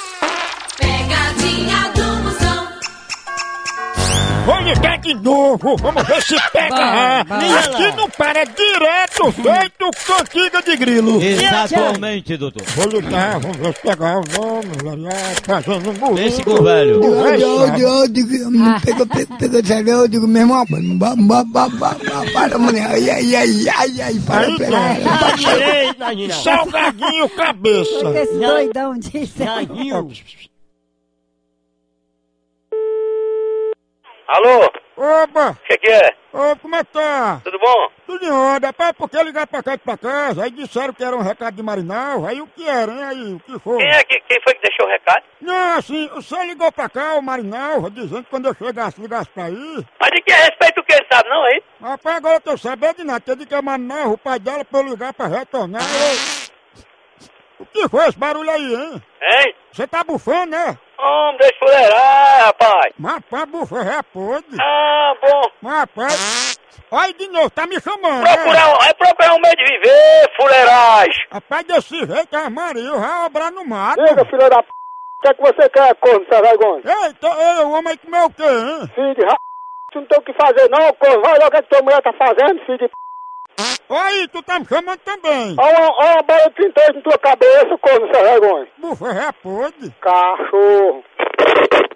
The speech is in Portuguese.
ligar é de novo, vamos ver se pega lá. Bom, bom. E aqui não para, é direto, feito cantiga de grilo. Exatamente, doutor. Vou ligar, vamos ver se pegar, vamos olhar, fazendo Esse música. com o velho. O Eu, velho eu, sabe. eu digo, me pegou, pegou, pegou de chapéu, eu digo, meu irmão, mano, ba- ba- ba- ba- ba- para, mulher, ai, ai, ai, ai, ai, para, Aí para. tá, Ei, Nagina. salgadinho cabeça. Esse doidão disse. Alô, o Opa, que que é? ô, como é que tá? Tudo bom? Tudo em onda, pá, porque ligar pra cá e pra casa, aí disseram que era um recado de Marinal, aí o que era, hein, aí, o que foi? Quem é que, quem foi que deixou o recado? Não, assim, o senhor ligou pra cá, o Marinal, dizendo que quando eu chegasse, ligasse pra aí. Mas de que é respeito o que ele sabe, não, hein? Rapaz, agora eu tô sabendo de nada, de que a Marinal, o pai dela, pra eu ligar pra retornar. eu- O que foi esse barulho aí, hein? Hein? Você tá bufando, né? Homem, deixa eu fuleirar, rapaz. Mas, rapaz, bufa é podre. Ah, bom. Mas, rapaz, olha de novo, tá me chamando, né? Procurar, um- é procurar um meio de viver, fuleiragem. Rapaz, desse jeito, é a Maria vai obrar no mato. Diga, filho da p. O que é que você quer, corno, seu vergonha? Eita, ei, o homem comeu o quê, hein? Filho de ra... Tu não tem o que fazer, não, corno. Vai olhar o que, é que tua mulher tá fazendo, filho de p. Olha aí, tu tá me chamando também. Olha, uma- olha uma bola de pintor na tua cabeça, corno, seu vergonha. Bufa é podre. é Cachorro.